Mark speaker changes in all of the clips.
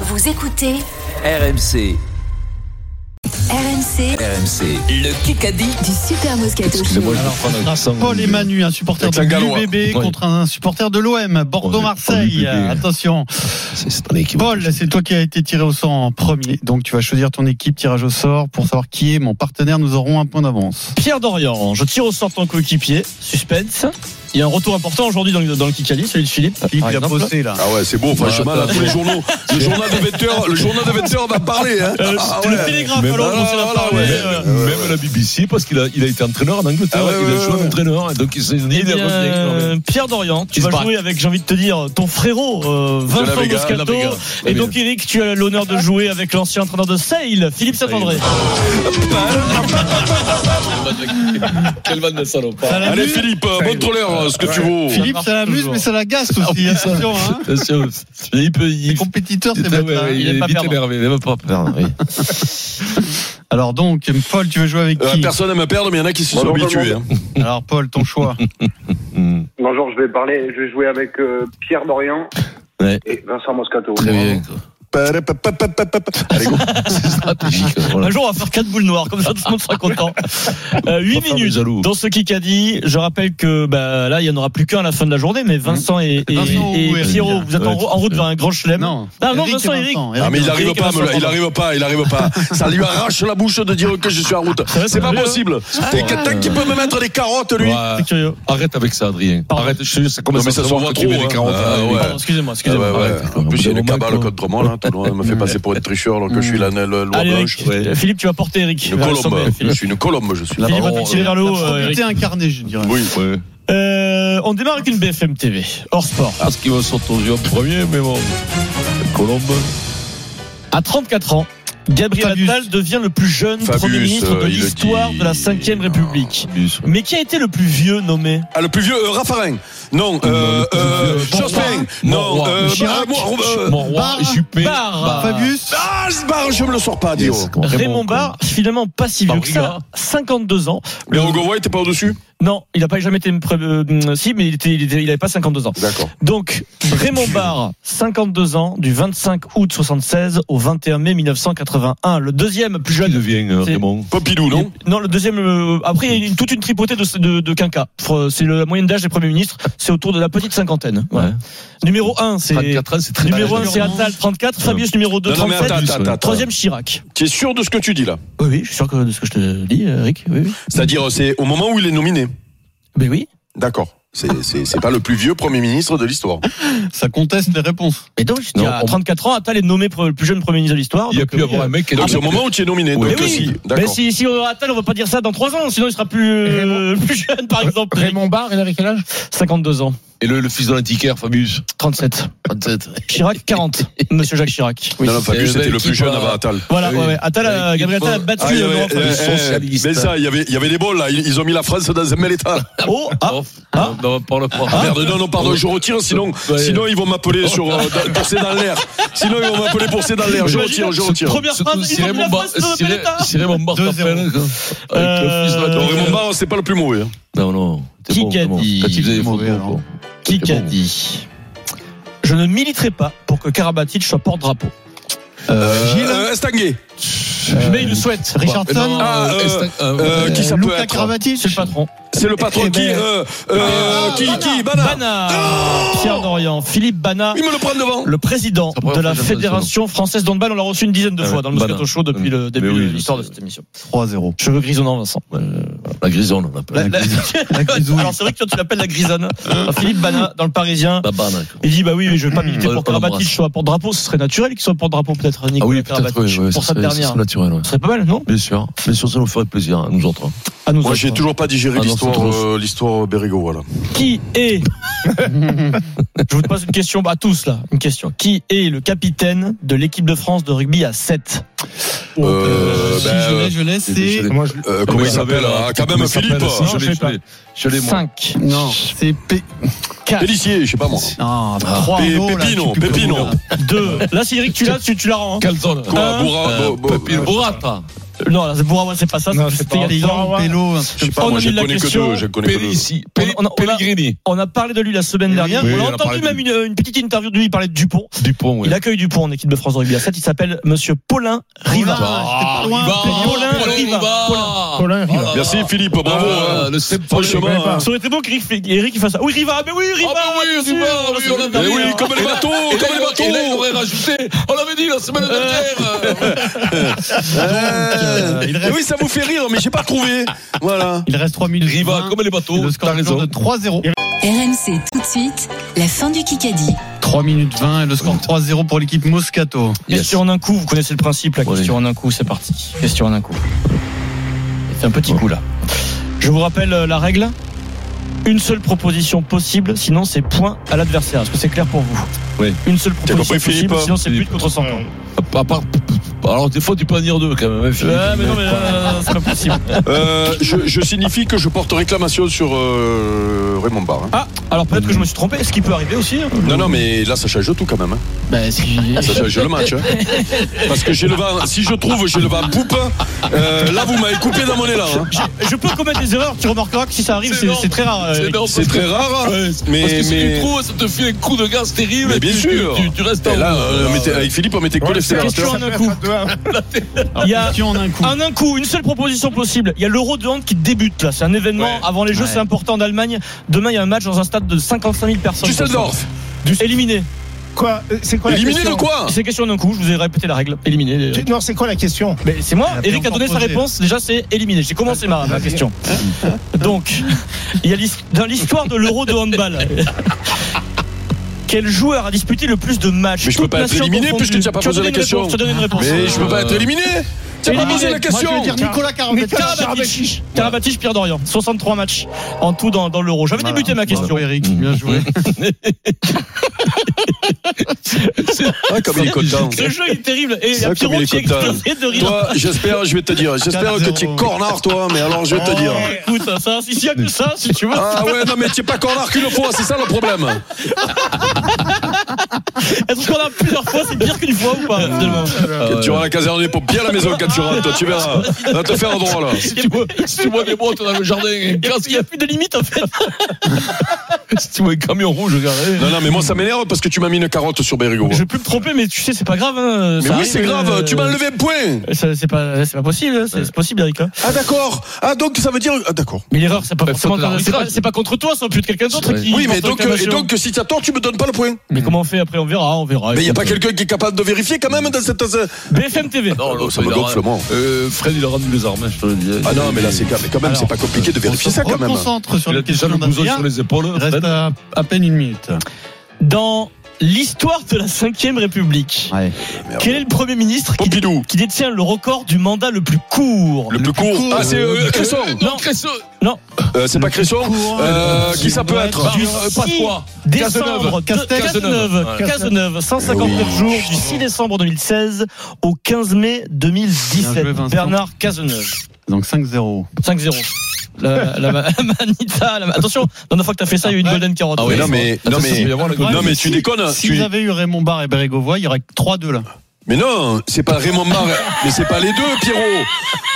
Speaker 1: Vous écoutez
Speaker 2: RMC,
Speaker 1: RMC
Speaker 2: RMC, le Kikadi.
Speaker 1: du Super Moscato Show.
Speaker 3: Alors,
Speaker 4: prends
Speaker 3: ce
Speaker 4: un
Speaker 3: sera
Speaker 4: accent,
Speaker 3: Paul
Speaker 4: oui.
Speaker 3: Emmanuel, un supporter de
Speaker 4: Accent gallois.
Speaker 3: l'UBB
Speaker 4: Oui.
Speaker 3: contre un supporter de l'OM,
Speaker 4: Oh,
Speaker 3: Bordeaux-Marseille.
Speaker 4: le UBB.
Speaker 3: Attention.
Speaker 4: C'est cette année qui
Speaker 3: Paul, c'est toi qui as été tiré au sort en premier. Donc tu vas choisir ton équipe, tirage au sort, pour savoir qui est mon partenaire. Nous aurons un point d'avance.
Speaker 5: Pierre Dorian, je tire au sort ton coéquipier. Suspense. Il y a un retour important aujourd'hui dans, le- dans le Kikali, celui de Philippe.
Speaker 3: Philippe,
Speaker 5: par
Speaker 3: il a
Speaker 5: exemple.
Speaker 3: bossé là.
Speaker 4: Ah ouais, c'est beau, franchement, là, tous les journaux, le journal de 20h, le journal de 20h, on va parler, hein.
Speaker 5: Euh,
Speaker 4: Ah
Speaker 5: le
Speaker 4: ouais.
Speaker 5: Télégraphe,
Speaker 4: Mais
Speaker 5: alors,
Speaker 4: voilà,
Speaker 5: on s'en a
Speaker 4: voilà,
Speaker 5: parlé,
Speaker 4: ouais.
Speaker 5: euh.
Speaker 4: Même
Speaker 6: Même la BBC, parce qu'il a, il a été entraîneur en Angleterre,
Speaker 4: Ah ouais,
Speaker 6: il
Speaker 4: ouais,
Speaker 6: a joué
Speaker 4: ouais.
Speaker 6: en entraîneur, et donc il s'est dit,
Speaker 5: Eh
Speaker 6: il a
Speaker 5: bien,
Speaker 6: bossé avec
Speaker 5: euh,
Speaker 6: Norvège.
Speaker 5: Pierre Dorian, tu
Speaker 6: Ils
Speaker 5: vas
Speaker 6: se
Speaker 5: jouer avec, j'ai envie de te dire, ton frérot, euh,
Speaker 6: De la
Speaker 5: Vincent
Speaker 6: Vega,
Speaker 5: Moscato.
Speaker 6: de la Vega.
Speaker 5: Et donc, Eric, tu as l'honneur de jouer avec l'ancien entraîneur de Sale, Philippe Saint-André.
Speaker 6: euh, Quel van de
Speaker 3: Ça
Speaker 6: salopard.
Speaker 3: l'amuse,
Speaker 4: Allez, Philippe, montre-leur euh, ce que tu vaux.
Speaker 3: Philippe, ça l'amuse,
Speaker 5: toujours.
Speaker 3: mais ça l'agace aussi. Attention, hein.
Speaker 6: Attention, il peut.
Speaker 3: Les
Speaker 6: Il,
Speaker 3: compétiteurs, c'est
Speaker 6: Ah
Speaker 3: bête.
Speaker 6: ouais, ouais,
Speaker 3: hein.
Speaker 6: il,
Speaker 5: Il aime
Speaker 6: est
Speaker 5: pas
Speaker 6: vite
Speaker 5: perdre.
Speaker 6: énervé, il aime pas perdre. Oui.
Speaker 3: Alors donc, Paul, tu veux jouer avec
Speaker 4: Euh,
Speaker 3: qui
Speaker 4: personne n'aime perdre, mais il y en a qui s'y sont
Speaker 7: Bonjour,
Speaker 4: habitués.
Speaker 7: tout
Speaker 4: hein.
Speaker 3: Alors Paul, ton choix.
Speaker 6: Hmm.
Speaker 7: Bonjour, je vais parler, je vais jouer avec euh, Pierre Dorian
Speaker 6: Ouais.
Speaker 7: et Vincent Moscato.
Speaker 6: Très bien. quoi. Allez, go. C'est stratégique. Voilà.
Speaker 5: Un jour, on va faire quatre boules noires, comme ça tout le monde sera content. Euh,
Speaker 6: Pas
Speaker 5: 8
Speaker 6: faire des
Speaker 5: minutes
Speaker 6: jaloux.
Speaker 5: dans ce Kikadi. Je rappelle que bah, là, il n'y en aura plus qu'un à la fin de la journée, mais Vincent et, et,
Speaker 3: Vincent ou
Speaker 5: et
Speaker 3: Eric
Speaker 5: Pierrot, vous êtes en, en route vers un grand chelem.
Speaker 3: Non.
Speaker 5: Ah non,
Speaker 3: Eric
Speaker 5: Vincent,
Speaker 3: et
Speaker 5: Eric.
Speaker 4: Ah, mais il
Speaker 5: Eric
Speaker 4: n'arrive
Speaker 5: et
Speaker 4: pas, à me
Speaker 5: Vincent,
Speaker 4: le- il
Speaker 5: pardon.
Speaker 4: n'arrive pas, il n'arrive pas. Ça lui arrache la bouche de dire que je suis en route.
Speaker 5: vrai,
Speaker 4: C'est pas
Speaker 5: c'est
Speaker 4: possible. T'es
Speaker 6: vrai.
Speaker 4: quelqu'un qui peut me mettre des carottes, lui.
Speaker 6: Ouais.
Speaker 5: C'est curieux.
Speaker 6: Arrête avec ça, Adrien.
Speaker 5: Pardon.
Speaker 6: Arrête, je te jure, ça
Speaker 4: Non,
Speaker 6: commence
Speaker 4: mais
Speaker 6: à
Speaker 4: ça
Speaker 6: se
Speaker 4: s'en
Speaker 6: voir
Speaker 4: voit
Speaker 6: que tu
Speaker 4: trop,
Speaker 6: mets des
Speaker 4: hein.
Speaker 6: carottes.
Speaker 4: Ah,
Speaker 6: Eric.
Speaker 4: ouais.
Speaker 5: Pardon, excusez-moi,
Speaker 4: Ah, ouais,
Speaker 5: excusez-moi.
Speaker 4: ouais.
Speaker 6: Arrête.
Speaker 4: En plus, il y a une
Speaker 6: Bon,
Speaker 4: cabale
Speaker 6: bon.
Speaker 4: contre moi, là. Tout le monde me fait passer pour un tricheur, alors que je suis la la- la loi
Speaker 5: Allez,
Speaker 4: blanche.
Speaker 5: Eric, Philippe, tu vas porter Eric.
Speaker 4: Une
Speaker 5: vers le
Speaker 4: colombe.
Speaker 5: sommet,
Speaker 4: Je
Speaker 5: Philippe.
Speaker 4: suis une colombe, je suis.
Speaker 6: La
Speaker 5: Philippe va
Speaker 6: parole.
Speaker 5: te tirer vers le haut, euh, Eric.
Speaker 3: Probabilité incarnée, je dirais.
Speaker 4: Oui.
Speaker 6: Ouais.
Speaker 5: Euh, on démarre avec une BFM TV, hors sport.
Speaker 6: Parce qu'il va sortir aux yeux en premier, mais bon. Colombe.
Speaker 5: À 34 ans, Gabriel
Speaker 3: Fabius.
Speaker 5: Attal devient le plus jeune
Speaker 4: Fabius,
Speaker 5: Premier ministre de
Speaker 4: euh, il le
Speaker 5: l'histoire
Speaker 4: dit.
Speaker 5: de la 5ème République.
Speaker 6: Fabius, ouais.
Speaker 5: Mais qui a été le plus vieux nommé
Speaker 4: Ah, le plus vieux, euh, Raffarin. Non, euh, euh, Jospin. Non,
Speaker 6: Monroy.
Speaker 4: euh,
Speaker 3: Chirac.
Speaker 4: bah, moi, euh,
Speaker 6: Monroy,
Speaker 3: Barre.
Speaker 6: Juppé.
Speaker 5: Barre.
Speaker 3: Fabius
Speaker 4: Ah, ce barre, je me le sors pas, Dio.
Speaker 6: Yes, comment-
Speaker 5: Raymond Barre, finalement pas si vieux que ça,
Speaker 6: Barriga.
Speaker 5: 52 ans.
Speaker 4: Mais Ogovoy, t'es pas au-dessus
Speaker 5: Non, il n'a pas jamais été pré- euh, si, mais il était, il était- il avait pas 52 ans.
Speaker 4: D'accord.
Speaker 5: Donc Raymond Barre, 52 ans, du 25 août 76 au 21 mai 1981, le deuxième plus
Speaker 6: Qui
Speaker 5: jeune.
Speaker 6: devient euh,
Speaker 5: C'est-
Speaker 6: Raymond
Speaker 4: Popilou, non
Speaker 5: Non, le deuxième. euh, après, il y a une- toute une tripotée de, de, de quinquas. Fr- C'est le- la moyenne d'âge des premiers ministres. C'est autour de la petite cinquantaine. Voilà.
Speaker 6: Ouais.
Speaker 5: Numéro 1, c'est
Speaker 6: 34 ans, c'est très
Speaker 5: numéro
Speaker 6: mal.
Speaker 5: 1, c'est Attal, 34. Fabius, numéro 2,
Speaker 4: Non, non, mais
Speaker 5: 37.
Speaker 4: attends, attends, attends.
Speaker 5: Troisième, Chirac.
Speaker 4: Tu es sûr de ce que tu dis, là
Speaker 5: Oui, oui, je suis sûr que de ce que je te dis, Eric. Oui, oui.
Speaker 4: C'est-à-dire, c'est au moment où il est nominé.
Speaker 5: Mais oui.
Speaker 4: D'accord. C'est- C'est c'est pas le plus vieux Premier ministre de l'histoire.
Speaker 3: Ça conteste les réponses.
Speaker 5: Et donc, je dis,
Speaker 6: Non,
Speaker 5: à
Speaker 6: on-
Speaker 5: 34 ans, Attal est nommé pre- le plus jeune premier ministre de l'histoire.
Speaker 6: Il y a
Speaker 5: donc,
Speaker 6: pu
Speaker 5: euh,
Speaker 6: avoir un mec qui est
Speaker 4: Donc Ah, c'est au moment où tu es nominé.
Speaker 6: Oui.
Speaker 4: Donc
Speaker 5: Mais
Speaker 4: euh, si,
Speaker 5: oui, mais
Speaker 4: d'accord.
Speaker 5: si, si on Attal, on va pas dire ça dans 3 ans, sinon il sera plus, euh, plus jeune, par exemple. Raymond Barre, il avait quel âge 52 ans,
Speaker 6: Et le, le fils de l'antiquaire, Fabius.
Speaker 5: 37. Chirac, 40. Monsieur Jacques Chirac.
Speaker 4: Non, non,
Speaker 6: Et
Speaker 4: Fabius,
Speaker 6: le
Speaker 4: c'était le
Speaker 6: mec
Speaker 4: plus
Speaker 6: qui
Speaker 4: jeune
Speaker 6: va-
Speaker 4: avant Attal.
Speaker 5: Voilà,
Speaker 6: Ah oui.
Speaker 5: ouais, ouais. Attal a-
Speaker 6: Avec
Speaker 5: Gabriel Attal a
Speaker 6: Kipo.
Speaker 5: battu
Speaker 4: Ah, il y
Speaker 5: le
Speaker 4: avait-
Speaker 5: Laurent
Speaker 4: euh,
Speaker 5: Fabius.
Speaker 4: euh,
Speaker 6: socialiste.
Speaker 4: mais ça, il y avait, il y avait des balles là. Ils, ils ont mis la France dans un mal état.
Speaker 5: Oh, ah,
Speaker 6: Oh,
Speaker 5: Ah.
Speaker 6: non, on parle pas.
Speaker 4: Ah, merde, non, non, pardon, je retire, sinon,
Speaker 6: Ouais.
Speaker 4: sinon ils vont m'appeler sur euh, dans- pour c'est dans l'air. Sinon ils vont m'appeler pour c'est dans l'air. Je
Speaker 5: Imagine,
Speaker 4: retire, je
Speaker 5: ce
Speaker 4: retire.
Speaker 5: Première
Speaker 6: Surtout
Speaker 5: phrase,
Speaker 6: si
Speaker 5: ils ont mis la
Speaker 6: Raymond Barre
Speaker 5: phrase dans le
Speaker 6: si Ray-
Speaker 5: Panetta.
Speaker 6: si Raymond Barre
Speaker 3: 2-0.
Speaker 6: t'appelle, quoi,
Speaker 5: Euh,
Speaker 6: avec le fils de
Speaker 4: Non,
Speaker 5: Euh,
Speaker 4: Raymond
Speaker 6: l'antiquaire.
Speaker 4: Barre, c'est pas le plus mauvais. hein.
Speaker 6: Non, non. t'es
Speaker 5: Qui
Speaker 6: bon,
Speaker 5: qu'a
Speaker 6: t'es bon.
Speaker 5: dit
Speaker 6: Quand il faisait des
Speaker 3: Mauvais,
Speaker 6: photos,
Speaker 3: alors.
Speaker 6: quoi.
Speaker 5: Qui
Speaker 6: C'est
Speaker 5: qu'a
Speaker 6: bon.
Speaker 5: dit Je ne militerai pas pour que Karabatic soit porte-drapeau.
Speaker 4: Euh,
Speaker 3: Gilles
Speaker 4: euh, Estanguet.
Speaker 6: Euh,
Speaker 5: Mais il le souhaite.
Speaker 6: Mais non,
Speaker 3: Richardson
Speaker 4: Ah,
Speaker 6: euh,
Speaker 4: euh,
Speaker 6: Estin- euh,
Speaker 4: euh, qui ça peut
Speaker 3: Luca
Speaker 4: être
Speaker 3: Karabatic
Speaker 5: C'est le patron.
Speaker 4: C'est le patron
Speaker 3: Eh
Speaker 4: qui
Speaker 3: ben-
Speaker 4: euh, euh, qui qui Bana.
Speaker 5: Bana
Speaker 4: Non
Speaker 5: Pierre Dorian, Philippe Bana.
Speaker 4: Il me le prend devant.
Speaker 5: Le président
Speaker 6: C'est la première
Speaker 5: de la
Speaker 6: fois que j'entends
Speaker 5: Fédération française d'handball, on l'a reçu une dizaine de
Speaker 6: Ah
Speaker 5: fois
Speaker 6: ouais,
Speaker 5: dans le Moscato
Speaker 6: Bana.
Speaker 5: Show depuis le début
Speaker 6: Mais oui,
Speaker 5: de l'histoire
Speaker 6: je
Speaker 5: de
Speaker 6: sais.
Speaker 5: cette émission.
Speaker 3: 3-0.
Speaker 5: Cheveux grisonnants, Vincent.
Speaker 6: euh, La grisonne, on l'appelle.
Speaker 5: La-
Speaker 3: La grisouille.
Speaker 5: Alors c'est vrai que toi, tu l'appelles la grisonne. Alors, Philippe Bana dans le Parisien.
Speaker 6: La banane, quoi.
Speaker 5: Il dit bah oui mais je vais pas militer
Speaker 6: Mmh. On
Speaker 5: pour Karabatic
Speaker 6: l'embrasse.
Speaker 5: soit porte-drapeau ce serait naturel qu'il soit porte-drapeau peut-être hein,
Speaker 6: Ah
Speaker 5: Nicolas
Speaker 6: oui, peut-être, oui,
Speaker 5: Karabatic
Speaker 6: oui, ça
Speaker 5: pour cette
Speaker 6: serait- ça
Speaker 5: dernière
Speaker 6: serait naturel, ouais.
Speaker 5: ce serait pas mal non
Speaker 6: Bien sûr, bien sûr, ça nous ferait plaisir, hein, nous autres.
Speaker 5: à nous
Speaker 4: Moi,
Speaker 5: autres.
Speaker 4: j'ai toujours pas digéré
Speaker 6: Ah non, c'est
Speaker 4: l'histoire,
Speaker 6: trop.
Speaker 4: euh, l'histoire Berigo, voilà.
Speaker 5: qui est je vous pose une question à tous là une question qui est le capitaine de l'équipe de France de rugby à 7
Speaker 4: Euh,
Speaker 3: Oh, Si
Speaker 4: ben,
Speaker 3: je l'ai,
Speaker 4: euh,
Speaker 3: je l'ai, c'est.
Speaker 6: Moi, je...
Speaker 4: euh, comment il s'appelle
Speaker 6: hein,
Speaker 4: ah, Quand même, Philippe.
Speaker 5: Non, je sais pas.
Speaker 6: Je l'ai, moi.
Speaker 5: 5
Speaker 3: Non, c'est P.
Speaker 4: Pélissier, je sais pas moi.
Speaker 6: Ah.
Speaker 3: Non, 3
Speaker 4: Pé- Pépino, Pépino.
Speaker 5: 2 là c'est Eric tu l'as tu, tu la rends hein.
Speaker 6: Calzone.
Speaker 3: Euh,
Speaker 4: Quoi, Bourra- Bo- Bo-
Speaker 6: Pépino. Bourrata.
Speaker 5: Non, c'est Bouraoua, c'est pas ça.
Speaker 8: Non,
Speaker 5: c'est-
Speaker 8: c'est
Speaker 5: C'était il y a
Speaker 8: pas-
Speaker 5: des ans.
Speaker 8: Bouraoua.
Speaker 3: Pélo, un truc
Speaker 4: Je sais
Speaker 3: comme ça.
Speaker 4: pas,
Speaker 5: On
Speaker 4: moi,
Speaker 5: annule
Speaker 4: je
Speaker 5: la
Speaker 4: connais que
Speaker 5: question.
Speaker 4: deux. Je connais que deux.
Speaker 6: Pellici,
Speaker 5: On- on- on a-
Speaker 6: Pellegrini.
Speaker 5: On a parlé de lui la semaine
Speaker 3: Oui,
Speaker 5: dernière.
Speaker 6: oui,
Speaker 5: on
Speaker 6: on
Speaker 5: a
Speaker 6: a
Speaker 5: entendu
Speaker 6: parlé de
Speaker 5: même
Speaker 6: lui.
Speaker 5: une, une petite interview de lui. Il parlait de Dupont.
Speaker 6: Dupont, ouais.
Speaker 5: Il accueille Dupont en équipe de France de rugby à 7. Il s'appelle Monsieur Paulin
Speaker 3: Riva,
Speaker 5: Rivard.
Speaker 3: c'était pas loin.
Speaker 5: Riva.
Speaker 3: Pélo.
Speaker 5: Paulin Riva.
Speaker 8: Colin Riva.
Speaker 6: Ah,
Speaker 4: Merci Philippe, bravo.
Speaker 6: Ah,
Speaker 4: hein.
Speaker 6: le seul
Speaker 4: Franchement,
Speaker 6: problème,
Speaker 4: hein.
Speaker 5: Ça aurait été beau qu'Eric il fasse ça. Oui, Rivard, mais oui, Rivard
Speaker 6: Ah, mais oui,
Speaker 5: bien sûr,
Speaker 6: Rivard, oui,
Speaker 5: la semaine
Speaker 6: on a-
Speaker 4: Mais
Speaker 5: dernière.
Speaker 4: Eh oui, comme les bateaux,
Speaker 6: Et là,
Speaker 4: comme
Speaker 6: il-
Speaker 4: les
Speaker 6: et là, il aurait
Speaker 4: bateaux.
Speaker 6: rajouté. On l'avait dit la semaine dernière.
Speaker 3: euh,
Speaker 6: Ah,
Speaker 3: il reste-
Speaker 4: Mais Ah, eh oui, ça vous fait rire, mais j'ai pas trouvé. Voilà.
Speaker 3: Il reste 3 minutes.
Speaker 6: Riva,
Speaker 3: 20.
Speaker 6: comme les
Speaker 3: Le
Speaker 6: bateaux.
Speaker 3: score
Speaker 6: T'as
Speaker 3: est toujours
Speaker 6: raison.
Speaker 3: de 3-0.
Speaker 1: RMC tout de suite, la fin du Kikadi.
Speaker 3: 3 minutes 20 et le score 3-0 pour l'équipe Moscato.
Speaker 5: Question en un coup, vous connaissez le principe, la
Speaker 6: Oui.
Speaker 5: question en un coup, c'est parti. Question en un coup. C'est un petit coup là. Je vous rappelle euh, la règle. Une seule proposition possible, sinon c'est point à l'adversaire. Est-ce que c'est clair pour vous
Speaker 6: Oui.
Speaker 5: Une seule proposition
Speaker 4: compris,
Speaker 5: possible,
Speaker 4: Philippe
Speaker 5: sinon c'est but contre 100 points.
Speaker 6: À part- Alors, des fois, tu peux en dire deux quand même. hein, Philippe.
Speaker 5: Ouais, mais non, mais euh, c'est pas possible.
Speaker 4: Euh, je, je signifie que je porte réclamation sur euh, Raymond Barre. hein.
Speaker 5: Ah, alors peut-être que je me suis trompé, ce qui peut arriver aussi. hein.
Speaker 4: Non, non, mais là, ça change tout quand même. hein.
Speaker 5: Bah, si-
Speaker 4: Ça change le match. hein. Parce que j'ai le vent, si je trouve, j'ai le vent poupe. Euh, là, vous m'avez coupé dans mon élan. hein.
Speaker 5: je, je peux commettre des erreurs, tu remarqueras que si ça arrive,
Speaker 6: C'est
Speaker 5: c'est
Speaker 6: énorme.
Speaker 5: c'est très rare. euh,
Speaker 6: C'est
Speaker 5: Eric.
Speaker 6: énorme,
Speaker 4: C'est
Speaker 6: parce que-
Speaker 4: très rare. hein.
Speaker 6: Ouais,
Speaker 4: mais-
Speaker 6: Parce que si
Speaker 4: mais-
Speaker 6: tu trouves, ça te fait un coup de gaz terrible.
Speaker 4: Mais
Speaker 6: et
Speaker 4: bien
Speaker 6: puis tu-
Speaker 4: sûr.
Speaker 6: Tu, tu restes en
Speaker 4: Et là,
Speaker 6: haut.
Speaker 4: euh, on mettait- avec Philippe, on mettait que les
Speaker 5: c'est
Speaker 4: fédérateurs.
Speaker 5: question en un coup. Il y a
Speaker 3: Question en un
Speaker 4: Ah,
Speaker 3: coup.
Speaker 5: En un coup, une seule proposition possible. Il y a l'Euro de hand qui débute là. C'est un événement
Speaker 4: Ouais.
Speaker 5: avant les Jeux.
Speaker 3: Ouais.
Speaker 5: C'est important en Allemagne. Demain, il y a un match dans un stade de 55 000 personnes.
Speaker 4: Düsseldorf.
Speaker 5: Éliminé.
Speaker 8: Quoi Euh, C'est quoi la
Speaker 4: Éliminé
Speaker 8: question
Speaker 4: de quoi
Speaker 5: C'est question d'un coup. Je vous ai répété la règle. Éliminé. les-
Speaker 8: Tu- Non, c'est quoi la question
Speaker 5: Mais c'est moi.
Speaker 3: Elle a bien
Speaker 5: Eric a donné sa
Speaker 3: proposé.
Speaker 5: réponse. Déjà, c'est éliminé. J'ai commencé ma, ma question. Donc, il y a l'his- dans l'histoire de l'Euro de handball. Quel joueur a disputé le plus de matchs
Speaker 4: Mais je peux
Speaker 5: Toute
Speaker 4: pas être
Speaker 5: nation
Speaker 4: éliminé
Speaker 5: confondue.
Speaker 4: puisque tu as pas
Speaker 5: as
Speaker 4: posé
Speaker 5: donné
Speaker 4: la
Speaker 5: une
Speaker 4: question.
Speaker 5: réponse, tu as donné une réponse.
Speaker 4: Mais je peux pas être éliminé T'as pas
Speaker 5: Éliminé.
Speaker 4: posé la question
Speaker 3: Moi, je vais dire Nicolas Carambet.
Speaker 5: Karabatic, Karabatic, Pierre Dorian, 63 matchs en tout dans, dans l'euro. J'avais débuté ma question.
Speaker 3: Bravo, Eric,
Speaker 4: Mmh.
Speaker 3: bien joué.
Speaker 4: Ah, comme il est content.
Speaker 5: Ce jeu est terrible et il y a
Speaker 4: Ça,
Speaker 5: Pierrot
Speaker 4: comme il est
Speaker 5: qui est
Speaker 4: content.
Speaker 5: explosé de rire.
Speaker 4: Toi, j'espère, je vais te dire, j'espère que tu es
Speaker 3: 4-0.
Speaker 4: cornard, toi, mais alors je vais te dire.
Speaker 5: Oh, Écoute, ça, ça, s'il y a que ça, si tu veux.
Speaker 4: Ah ouais, non, mais tu es pas cornard qu'une fois, c'est ça le problème.
Speaker 5: Est-ce qu'on a plusieurs fois, c'est pire qu'une fois ou pas finalement
Speaker 4: Tu auras la caserne des pompiers à la maison quand tu rentres, toi, tu verras. Ça va te faire drôle.
Speaker 6: Si tu vois- si tu vois des boîtes dans le jardin, un
Speaker 5: Il y a- il y a
Speaker 6: casque,
Speaker 5: plus de limite en fait.
Speaker 6: si tu vois un camion rouge, hein. regardez.
Speaker 4: Non, non, mais moi, ça m'énerve parce que tu m'as mis une carotte sur Bérigo.
Speaker 5: Je vais plus me tromper, mais tu sais, c'est pas grave. hein,
Speaker 4: Mais
Speaker 5: ça
Speaker 4: oui,
Speaker 5: arrive,
Speaker 4: c'est grave,
Speaker 5: euh,
Speaker 4: tu m'as enlevé un point.
Speaker 5: ça, C'est pas, c'est pas possible, hein, c'est c'est possible, Eric. hein.
Speaker 4: Ah, d'accord. Ah, donc ça veut dire. Ah, d'accord.
Speaker 5: Mais l'erreur, c'est pas
Speaker 6: Bah,
Speaker 5: forcément.
Speaker 6: faute d'arbitrage.
Speaker 5: c'est pas- C'est pas contre toi, c'est plus de quelqu'un d'autre
Speaker 6: Ouais.
Speaker 5: qui.
Speaker 4: Oui, mais
Speaker 5: porte
Speaker 4: donc, euh, et
Speaker 5: réclamation.
Speaker 4: donc, si t'as tort, tu me donnes pas le point.
Speaker 5: Mais comment on fait après On verra, on verra.
Speaker 4: Mais il n'y a
Speaker 5: Écoute, euh,
Speaker 4: pas quelqu'un qui est capable de vérifier quand même dans cette. euh,
Speaker 5: BFM TV.
Speaker 4: non, Ah, ça me
Speaker 6: il aura-
Speaker 4: gonfle, moi.
Speaker 6: Euh, Fred, il a rendu les armes, hein, euh, je te le dis.
Speaker 4: Ah non, mais là, c'est quand mais quand même, c'est pas compliqué de vérifier ça quand même.
Speaker 3: On se concentre sur
Speaker 6: Il a
Speaker 3: les
Speaker 6: déjà
Speaker 3: questions
Speaker 6: le bouson sur
Speaker 3: d'Adrien.
Speaker 6: les épaules.
Speaker 3: Il Reste
Speaker 6: Fred.
Speaker 3: à, à peine une minute.
Speaker 5: Dans l'histoire de la 5ème République,
Speaker 3: Ouais.
Speaker 5: quel est le Premier ministre qui,
Speaker 4: Pompidou,
Speaker 5: qui détient le record du mandat le plus court
Speaker 4: le plus court. Ah, c'est euh, Cresson.
Speaker 6: Non, Cresson.
Speaker 4: Euh, c'est pas Cresson.
Speaker 3: Courant,
Speaker 4: Euh,
Speaker 3: euh,
Speaker 4: qui ça peut être
Speaker 5: Du
Speaker 6: euh,
Speaker 5: 6
Speaker 6: Pasqua.
Speaker 5: décembre de-
Speaker 6: Cazeneuve.
Speaker 5: Cazeneuve,
Speaker 6: Ouais.
Speaker 5: Cazeneuve, 159
Speaker 4: Oui.
Speaker 5: jours du 6 décembre 2016 au 15 mai
Speaker 3: Bien
Speaker 5: 2017.
Speaker 3: joué, Vincent.
Speaker 5: Bernard Cazeneuve,
Speaker 3: Donc 5-0.
Speaker 5: 5-0. La, la- la- la manita, la- attention, la dernière fois que t'as fait ça, il y a eu une
Speaker 3: Ah ouais.
Speaker 5: golden carotte.
Speaker 4: oui, non, mais- non, mais- Non, mais tu
Speaker 3: Si-
Speaker 4: déconnes. hein,
Speaker 3: Si
Speaker 4: tu-
Speaker 3: vous avez eu Raymond Barre et Bérégovoy, il y aurait 3-2 là.
Speaker 4: Mais non, c'est pas Raymond Barre. mais c'est pas les deux, Pierrot.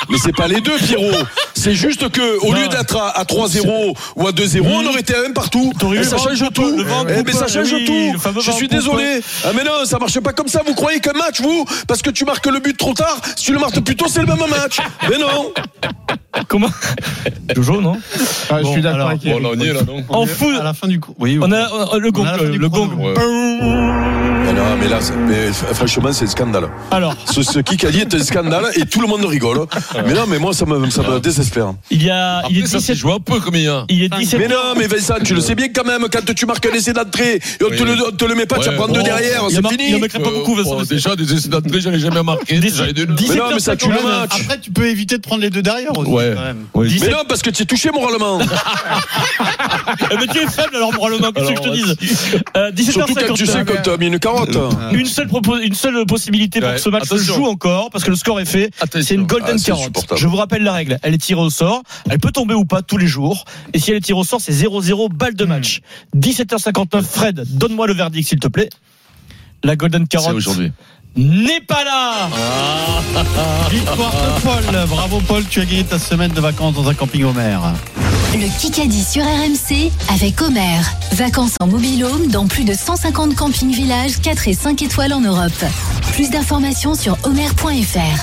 Speaker 4: Mais c'est pas les deux, Pierrot. C'est juste que, au lieu d'être à, à 3-0 ou à 2-0, on aurait été à un partout.
Speaker 5: T'aurais eu
Speaker 4: Et
Speaker 5: le
Speaker 4: ça
Speaker 5: vent
Speaker 4: change
Speaker 5: poupe,
Speaker 4: tout.
Speaker 5: le vent
Speaker 4: Eh,
Speaker 5: poupe,
Speaker 4: mais ça change
Speaker 5: oui, le fameux
Speaker 4: tout. Je
Speaker 5: vent
Speaker 4: suis
Speaker 5: poupe.
Speaker 4: désolé. Ah, mais non, ça marche pas comme ça. Vous croyez qu'un match, vous, parce que tu marques le but trop tard, si tu le marques plus tôt, c'est le même match. Mais non.
Speaker 5: Comment Jojo, non
Speaker 8: Ah,
Speaker 5: Bon,
Speaker 8: Je suis d'accord
Speaker 5: alors,
Speaker 8: avec
Speaker 4: oh,
Speaker 6: Bon, là,
Speaker 8: Eric.
Speaker 6: on y est, là, non
Speaker 5: En
Speaker 3: hein. est
Speaker 5: foot.
Speaker 3: À la fin du coup. Oui, oui.
Speaker 5: On a, on a le
Speaker 3: On
Speaker 5: gong,
Speaker 3: est à la fin
Speaker 5: le,
Speaker 3: du
Speaker 5: le
Speaker 3: chrono.
Speaker 5: gong.
Speaker 6: Ouais. euh.
Speaker 4: Mais non, mais là, c'est- mais euh, franchement, c'est un scandale.
Speaker 5: Alors,
Speaker 4: Ce, ce qui a dit est un scandale et tout le monde rigole. Mais non, mais moi, ça me, ça me désespère.
Speaker 5: il y a, il est
Speaker 6: Après, ça,
Speaker 5: 17
Speaker 6: c'est joué un peu comme il y a.
Speaker 5: Il est 17
Speaker 4: Mais non, mais Vincent, tu le sais bien quand même, quand tu marques un essai d'entrée et on,
Speaker 6: Oui.
Speaker 4: te le, on te le met pas, tu en
Speaker 6: Ouais,
Speaker 4: prends
Speaker 6: bon.
Speaker 4: deux derrière,
Speaker 5: Il y a
Speaker 4: c'est
Speaker 5: mar- il y a
Speaker 4: fini.
Speaker 5: mar- marquerait pas beaucoup, Vincent
Speaker 6: Euh, bon,
Speaker 5: Messi.
Speaker 6: oh, déjà, des essais d'entrée, j'en ai jamais marqué. J'en ai deux.
Speaker 4: Mais
Speaker 5: 17
Speaker 4: non, mais ça tue le match.
Speaker 3: Après, tu peux éviter de prendre les deux derrière aussi.
Speaker 6: Ouais.
Speaker 3: quand même.
Speaker 6: Ouais.
Speaker 4: Mais non, parce que tu es touché moralement.
Speaker 5: Eh, Mais tu es faible alors probablement, qu'est-ce que je te
Speaker 6: Alors,
Speaker 5: dise euh,
Speaker 4: Surtout quand tu
Speaker 5: 17h51.
Speaker 4: sais qu'on t'a mis une carotte.
Speaker 5: Une seule, propos- une seule possibilité pour
Speaker 6: Ouais,
Speaker 5: que ce match se
Speaker 6: attention.
Speaker 5: joue encore, parce que le score est fait.
Speaker 6: Attention.
Speaker 5: C'est une golden
Speaker 4: Ah, c'est
Speaker 5: carotte.
Speaker 4: insupportable.
Speaker 5: Je vous rappelle la règle. Elle est tirée au sort. Elle peut tomber ou pas tous les jours. Et si elle est tirée au sort, c'est 0-0, balle
Speaker 6: Hmm.
Speaker 5: de match. 17h59, Fred, donne-moi le verdict, s'il te plaît. La golden
Speaker 6: C'est
Speaker 5: carotte
Speaker 6: aujourd'hui.
Speaker 5: n'est pas là.
Speaker 3: Victoire de Paul. Bravo Paul, tu as gagné ta semaine de vacances dans un camping au mer.
Speaker 1: Le Kikadi sur RMC avec Homer. Vacances en mobilhome dans plus de 150 campings villages 4 et 5 étoiles en Europe. Plus d'informations sur homer.fr.